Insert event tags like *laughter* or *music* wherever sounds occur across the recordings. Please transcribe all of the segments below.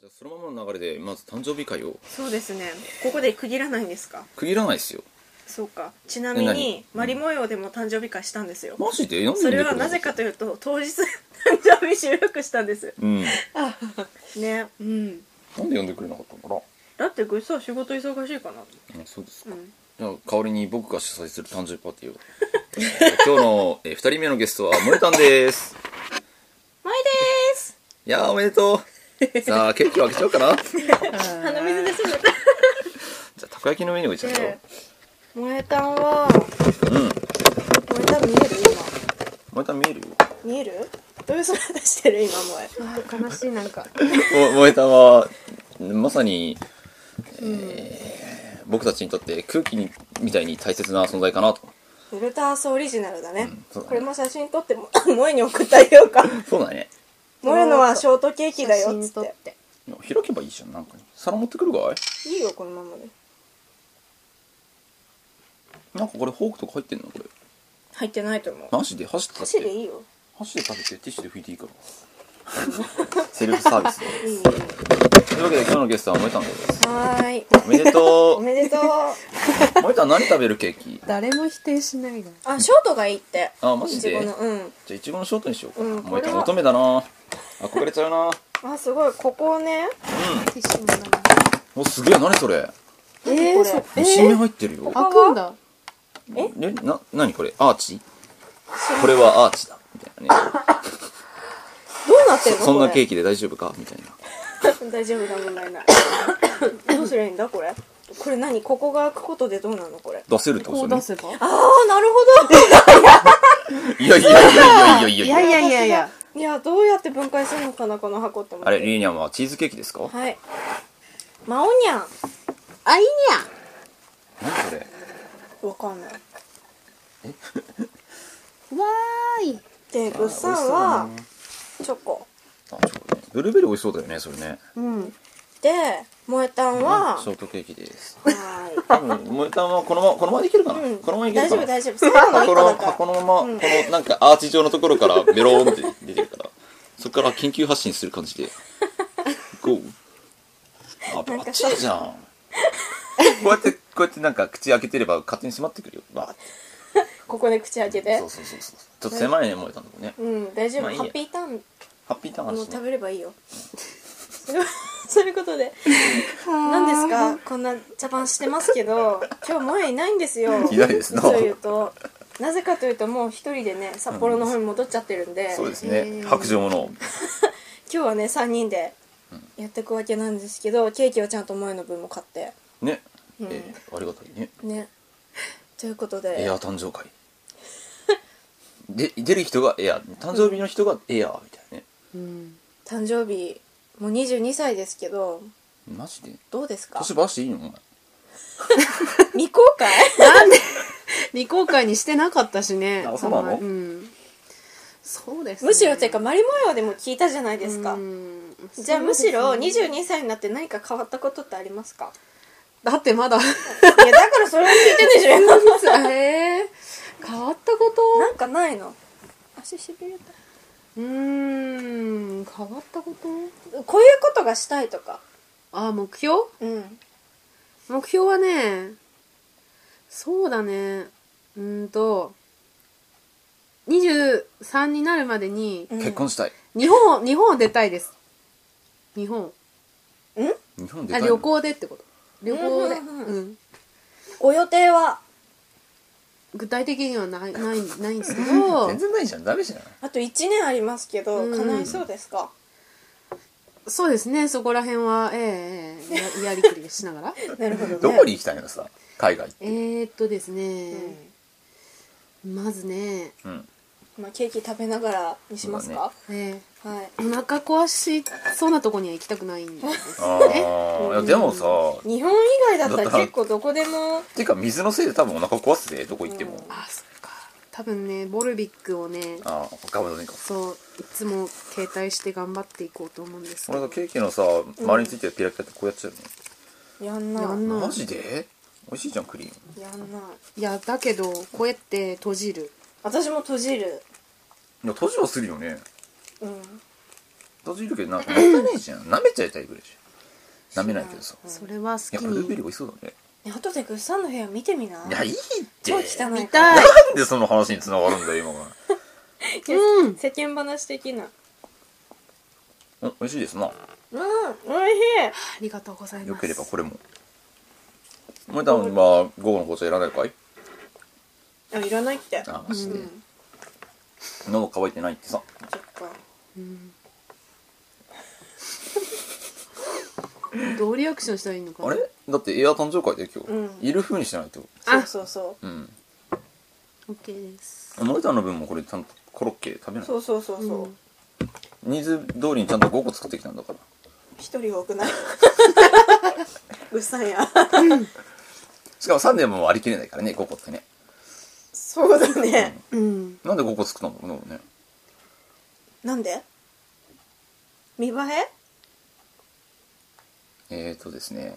じゃあそのままの流れでまず誕生日会をそうですねここで区切らないんですか区切らないですよそうかちなみえに何マリ模様でも誕生日会したんですよマジでなんでそれはなぜかというと当日 *laughs* 誕生日収録したんですうんあねうんなんで呼んでくれなかったのかだってぐっさん仕事忙しいかななあそうですうか、んじゃあ代わりに僕が主催する誕生日パーティーをえー今日の、え2人目のゲストはモネタン *laughs* ですまいでーすいやーおめでとうさあケーキを開けちゃおうかなじゃ鼻水ですぐあたこ焼きの上に置いちゃうよね萌えたんはうん萌えたん見えるモネタン見えるよ今見えるどういう空出してる今萌えあー悲しいなんかもモネタンはまさに、えー僕たちにとって空気にみたいに大切な存在かなとウルタースオリジナルだね、そうだねこれも写真撮っても *laughs* 萌えに送ってあげようかそうだね萌えのはショートケーキだよっ写つ真っ撮ってて開けばいいじゃんなんかに皿持ってくるかいいよこのままでいなんかこれフォークとか入ってんのこれ入ってないと思うマジで箸で食箸べでていいよ箸で食べてティッシュで拭いていいからセルフサービスでいいいいいいというわけで今日のゲストは萌えたんですはーいおめでおとめでとうう萌えたん何食べるケーキじゃ誰も否定しないがあ *laughs* ショートがいいってあマジでいちごのうんあいちごのショートにしようか、うん萌えたんこ乙女だな憧れちゃうなあすごいここをねティッシュもなんかおすげえ何それええーこそうれ新芽入ってるよ他開くんだえな何これアーチこれはアーチだみたいなねどうなってんのそんなケーキキで大丈夫かみたいな *laughs* 大丈夫だ問題ないどうすりゃいいんだこれこれ何ここが開くことでどうなのこれ出せるってこことうだ出よねせばああなるほどいやいやいやいやいやいやいいややいやいや *laughs* いやいやどうやって分解するのかなこの箱って思ってあれリーニャンはチーズケーキですかはいマオニャンアイニ何それャンわかんないわーいでぐっさんはチョコあ美味しそうだねあちょっとねブルーベリー美味しそうだよねそれねうんで萌えたんはショートケーキですは多分萌えたんはこのままこのままでいけるかな、ーい、うん、このままいける大か丈な夫大丈夫最後の一個箱のだから箱のまま、このなんかアーチ状のところからベローンって出てるからそこから緊急発進する感 *laughs* じでゴーあバッチリじ *laughs* ゃんこうやってこうやってなんか口開けてれば勝手に閉まってくるよバーってここで口開けてそうそうそうそうちょっと狭いね萌えたんとこねうん大丈夫、まあいいやハッピーターンハッピーターンあだのしね食べればいいよ *laughs* それはそういうことで何ですかこんな茶番してますけど今日萌えいないんですよいないですな実を言うとなぜかというともう一人でね札幌の方に戻っちゃってるんでそうですね白状者今日はね3人でやっていくわけなんですけどケーキはちゃんと萌えの分も買ってね、うんえーありがたいねねということエでア誕生会 *laughs* で出る人がエア誕生日の人がエアみたいなねうん誕生日もう22歳ですけどマジでどうですか年ばらしていいのお前 *laughs* 未公開 *laughs* 未公開にしてなかったしねあそうなのんそうですねむしろていうかマリ模様でも聞いたじゃないですかうんじゃあむしろそうですね22歳になって何か変わったことってありますか *laughs* だってまだいやだからそれを聞いてるでし *laughs* ょえー、変わったことなんかないの足しびれたうーん変わったことこういうことがしたいとかあ目標うん目標はねそうだねうーんと23になるまでに結婚したい日本を日本を出たいです日本をうん日本であ旅行でってこと旅行で、うんうんうんうん、ご予定は具体的にはないないないんですけど全然ないじゃんダメじゃんあと1年ありますけどうん叶いそうですかそうですねそこら辺はええええややりくりしなが *laughs* ならるほどねどこに行きたいのさ海外えーっとですうね、んまずね *laughs* うんまあケーキ食べながらにしますかええはいお腹壊しそうなとこには行きたくないんですあよねあいやでもさ日本以外だったら結構どこでもてか水のせいで多分お腹壊すでどこ行ってもあそっか多分ねボルビックをねああガブドリンクそういつも携帯して頑張っていこうと思うんですけ俺どさケーキのさ周りについてるピラピラってこうやっちゃうやんなやんいなのいマジで美味しいじゃんクリームやんないいやだけどこうやって閉じる私も閉じるいや閉じはするよねうん立ち入るけどなんかもったいないじゃん舐めちゃいたいぐらいじゃん舐めないけどさそれはや好っきぱブルーベリーに美味しそうだねね後でグッサンの部屋見てみないやいいって超汚い見からたいなんでその話に繋がるんだよ今がうん世間話的なうん美味しいですなうんおいしありがとうございますよければこれもお前多分まあ午後の紅茶いらないかいいあいらないってそっあマジでうん喉乾いてないってさかどうリアクションしたらいいのかなあれだってエア誕生会だよ今日、うんいる風にしてないとそうそうそうんオッケーですお前たちの分もこれちゃんとコロッケ食べうないそうそうそうそううん人数通りにちゃんと5個作ってきたんだから一人多く *laughs* ないグッサンやしかも3年も割り切れないからね5個ってねそうだねうんなんで5個作ったんだろうねなんで見栄ええーとですね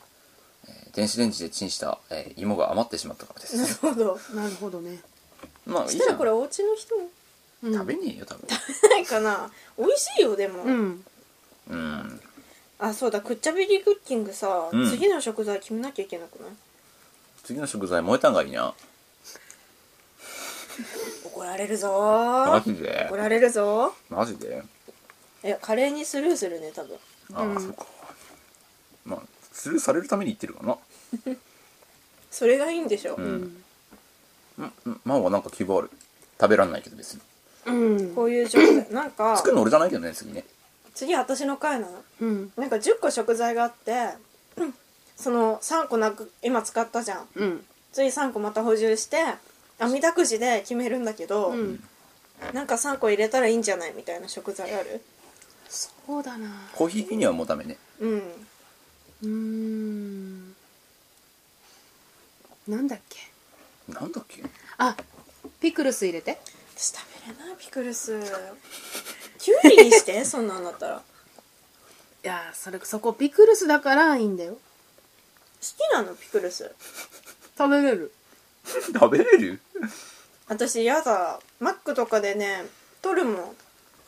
えー電子レンジでチンした、えー芋が余ってしまったからでなるすほどなるほどね *laughs* まあそいいじしたゃらこれんお家の人うん食べねえよ多分ないかな美味しいよでも、うんうんあそうだくっちゃべりクッキングさ、うん次の食材決めなきゃいけなくない次の食材燃えたんがいいな怒られるぞマージで怒られるぞマジでーいやカレーにスルーするね多分ああ、うんそうかまあスルーされるために言ってるかなそれがいいんでしょ、ううんんうんまあはなんか希望ある食べらんないけど別にうんこういう状 *coughs* 態なんか作るの俺じゃないけどね次ね次私の回なのうんなんか10個食材があって *clears throat* うんその3個なく今使ったじゃんうん次3個また補充して網だくじで決めるんだけど、うんなんか3個入れたらいいんじゃないみたいな食材あるそうだなコーヒーにはもうダメねうんうーんなんだっけなんだっけ *laughs* あピクルス入れて私食べれないピク *laughs* ルスキュウリにしてそんなんだったら好いやーそれそこピクルスだからいいんだよきなのピクルス食べれる食べれる私やだマックとかでね取るもん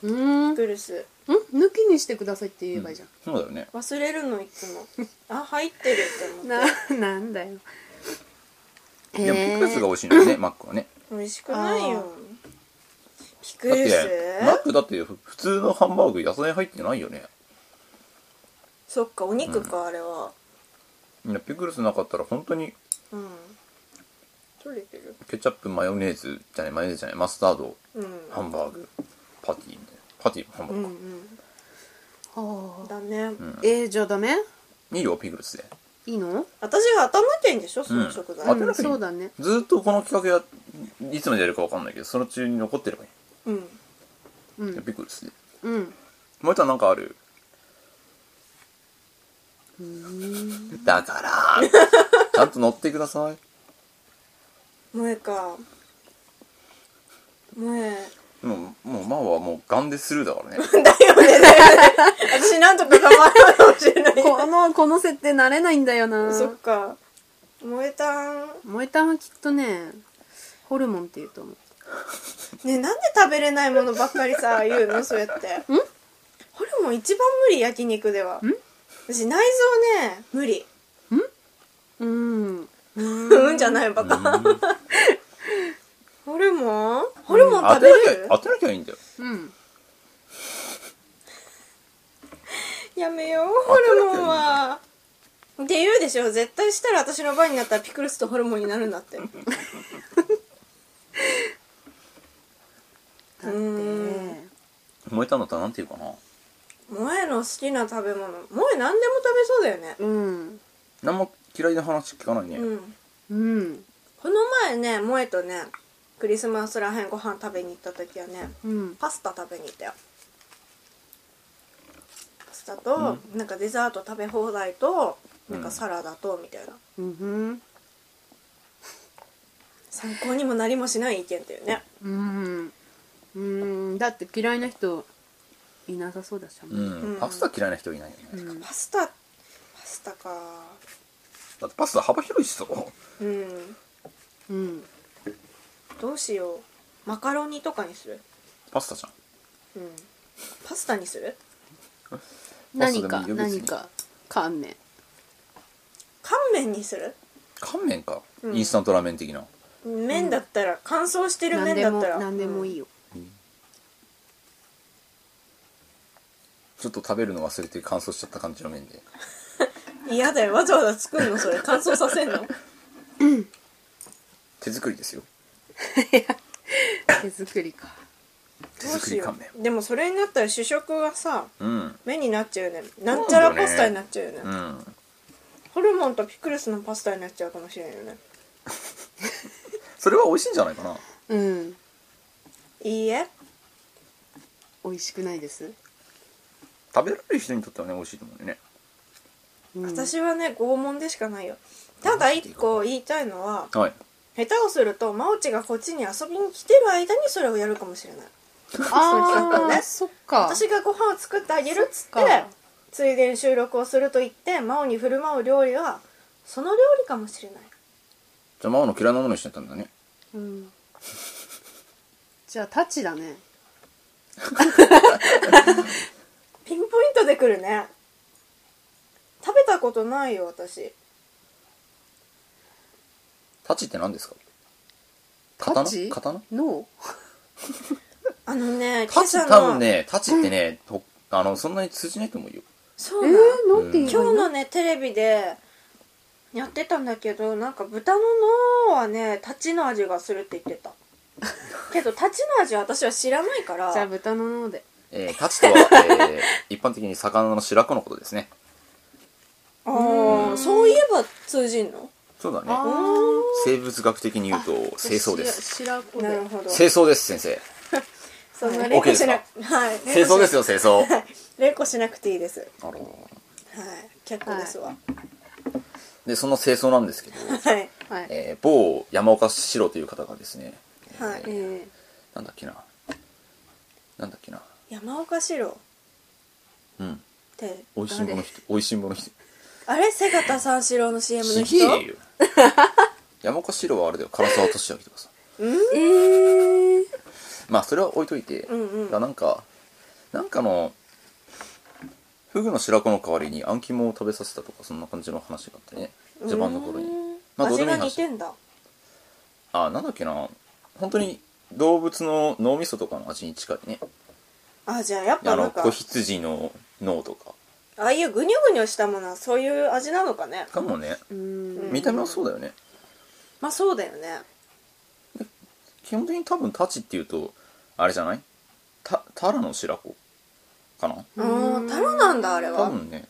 うーんピクルスん抜きにしてくださいって言えばいいじゃん、そうだよね忘れるのいつもあ入ってるって思っななんだよでもへピークルスが美味しいのよねマックはねて美味しくないあよピクだっルスてマックだってふ普通のハンバーグ野菜入ってないよねそっかお肉か、あれはみんなピクルスなかったら本当にうん取れてるケチャップマヨネーズじゃないマヨネーズじゃないマスタードうんハンバーグパティみたいなパティもハンバうーんグ、うんはあだね、えー、じゃあダメいいよピクルスでいいの私が当たんなきゃいいんでしょその食材、当うてんなきゃいいうんそうだねずーっとこの企画やいつまでやるかわかんないけどその中に残ってればいい、うじゃあんピクルスでうんもう一つなんかあるだ *laughs* からちゃんと乗ってください萌えか萌えでももうマオはもうガンでスルーだからねだよねだよね *laughs* 私なんとか頑張れるかもしれないこのこの設定慣れないんだよなそっか萌えたん萌えたんはきっとねホルモンって言うと思うねなんで食べれないものばっかりさ言うのそうやってホルモン一番無理焼肉では私内臓ね無理うんうんじゃないバカうんホルモンホルモン当食てべなれきゃる当てなきゃいいんだようんやめようホルモンはって言うでしょ絶対したら私の番になったらピクルスとホルモンになるんだってだってうん燃えたんだったらなんて言うかな萌えの好きな食べ物萌え何でも食べそうだよねうん何も嫌いな話聞かないね、うんうんこの前ね萌えとねクリスマスらへんご飯食べに行った時はねうんパスタ食べに行ったよパスタと、なんかデザート食べ放題となんかサラダとみたいな、うん参考にもなりもしない意見だよねうんうんだって嫌いな人いなさそうだしうんうんパスタ嫌いな人いないよね、うんパスタパスタかだってパスタ幅広いしさうんうんどうしようマカロニとかにするパスタじゃんうんパスタにするまあそれも何かいいよ別に何か乾麺乾麺にする乾麺か、うんインスタントラーメン的な麺だったら乾燥してる何麺でだっもたら何でもいいよちょっと食べるの忘れて乾燥しちゃった感じの麺で嫌だよわざわざ作るのそれ乾燥させん *laughs* の手作りですよ手作りか手作り乾麺うでもそれになったら主食がさうん目になっちゃうよねなんちゃらパスタになっちゃうよねうんホルモンとピクルスのパスタになっちゃうかもしれないよねそれは美味しいんじゃないかなうんいいえ美味しくないです、食べられる人にとってはね美味しいと思うんでねうん、私はね拷問でしかないよただ一個言いたいのははい下手をすると真央ちがこっちに遊びに来てる間にそれをやるかもしれないあねあそっか私がご飯を作ってあげるっつっそっかてついでに収録をすると言って真央に振る舞う料理はその料理かもしれないじゃあマオの嫌いなものにしちゃったんだねうんじゃあタチだねピンポイントで来るね食べたことないよ私タチって何ですかタ刀チ刀ノーあのね今タチ朝多分の、ねタチってね、とあのそんなに通じないと思うよそうえなーの、、ノーって言今う日ののねテレビでやってたんだけどなんか豚の脳はねタチの味がするって言って *laughs* たけどタチの味は私は知らないからじゃあ豚の脳でえー、タチとは、えー *laughs* 一般的に魚の白子のことですねあーそういえば通じんのそうだねあ生物学的に言うと清掃です白子なでるほど清掃です先生そんな連呼しな OK くはい清掃ですよ清掃連呼しなくていいですあらはい結構ですわでその清掃なんですけど、はいはいえー某山岡四郎という方がですねはえいー、なんだっけななんだっけな山岡四郎っうんて美味しんぼの人美味しんぼの人あれ瀬形三四郎の CM のす人げえよ *laughs* 山岡四郎はあれだよ唐沢俊明とかさえー、まあそれは置いといて、うんうんだからなんかなんかのフグの白子の代わりにあん肝を食べさせたとかそんな感じの話があってね序盤の頃にうんまあどうでも味いがい話似てんだあなんだっけな本当に動物の脳みそとかの味に近いねあじゃあやっあぱなのんか子羊の脳とかああいうぐにょぐにょしたものはそういう味なのかねかもねうん見た目はそうだよねまあそうだよね基本的に多分タチっていうとあれじゃないたタラの白子かなああタラなんだあれ多は分ね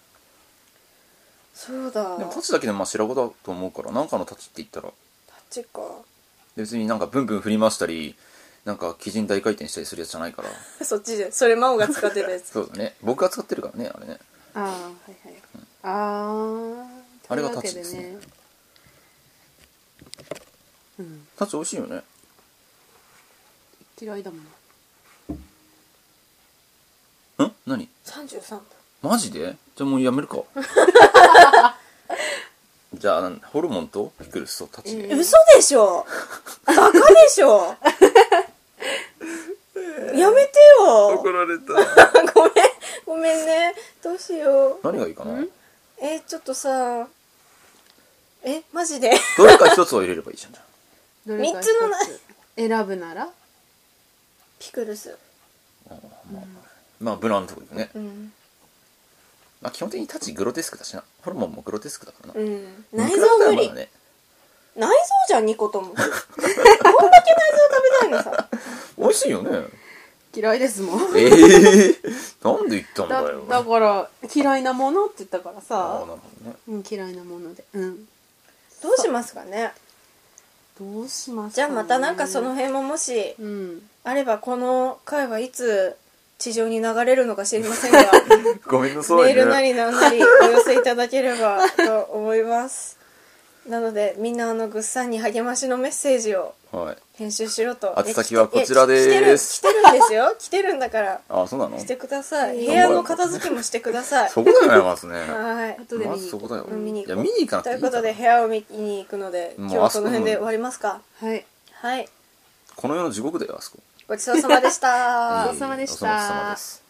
そうだでもタチだけでまあ白子だと思うからなんかのタチって言ったらタチか別になんかブンブン振り回したりなんか鬼人大回転したりするやつじゃないからそっちでそれ真央が使ってる *laughs* やつそうだね僕が使ってるからねあれねああはいはいあああれがタチですねうんタチ美味しいよね嫌いだもんん何33だマジでじゃあもうやめ *laughs* るかじゃあなんホルモンとピクルスとタチで、え嘘でしょバカで *laughs* しょやめてよ怒られたごめんごめんねどうしよう何がいいかなえちょっとさえマジでどれか一つを入れればいいじゃんじゃどれ三か一つのなつ選ぶならピクルスあまあ無難なとこだよね、うん、まあ、基本的にタチグロテスクだしなホルモンもグロテスクだからな、うん、い内くら臓だ無ったら理まだね内臓じゃん2個とも *laughs* こんだけ内臓食べたいのさ美味しいよね嫌いですもんええなんで言ったんだだよだから嫌いなものって言ったからああさなるほどねうん嫌いなものでうんどうしますかねどうしますじゃあかねまたなんかその辺ももしうんあればこの回はいつ地上に流れるのか知りませんが *laughs* ごめんなさい、ね、メールなりなんなりお寄せいただければ *laughs* と思いますなのでみんなあのぐっさんに励ましのメッセージをはい編集しろと宛先はこちらえでーす来てる来てるんですよ来てるんだからああそうなのしてください部屋の片付けもしてくださいそこだよねまずねはい後で見まにず行そここだよ見に行いやこう見に行かなくとていいういこかとらで部屋を見に行くので今もう日はこの辺で終わりますかうはいはいこの世の地獄だよあそこごちそうさまでしたお疲れ様でしたお疲れ様です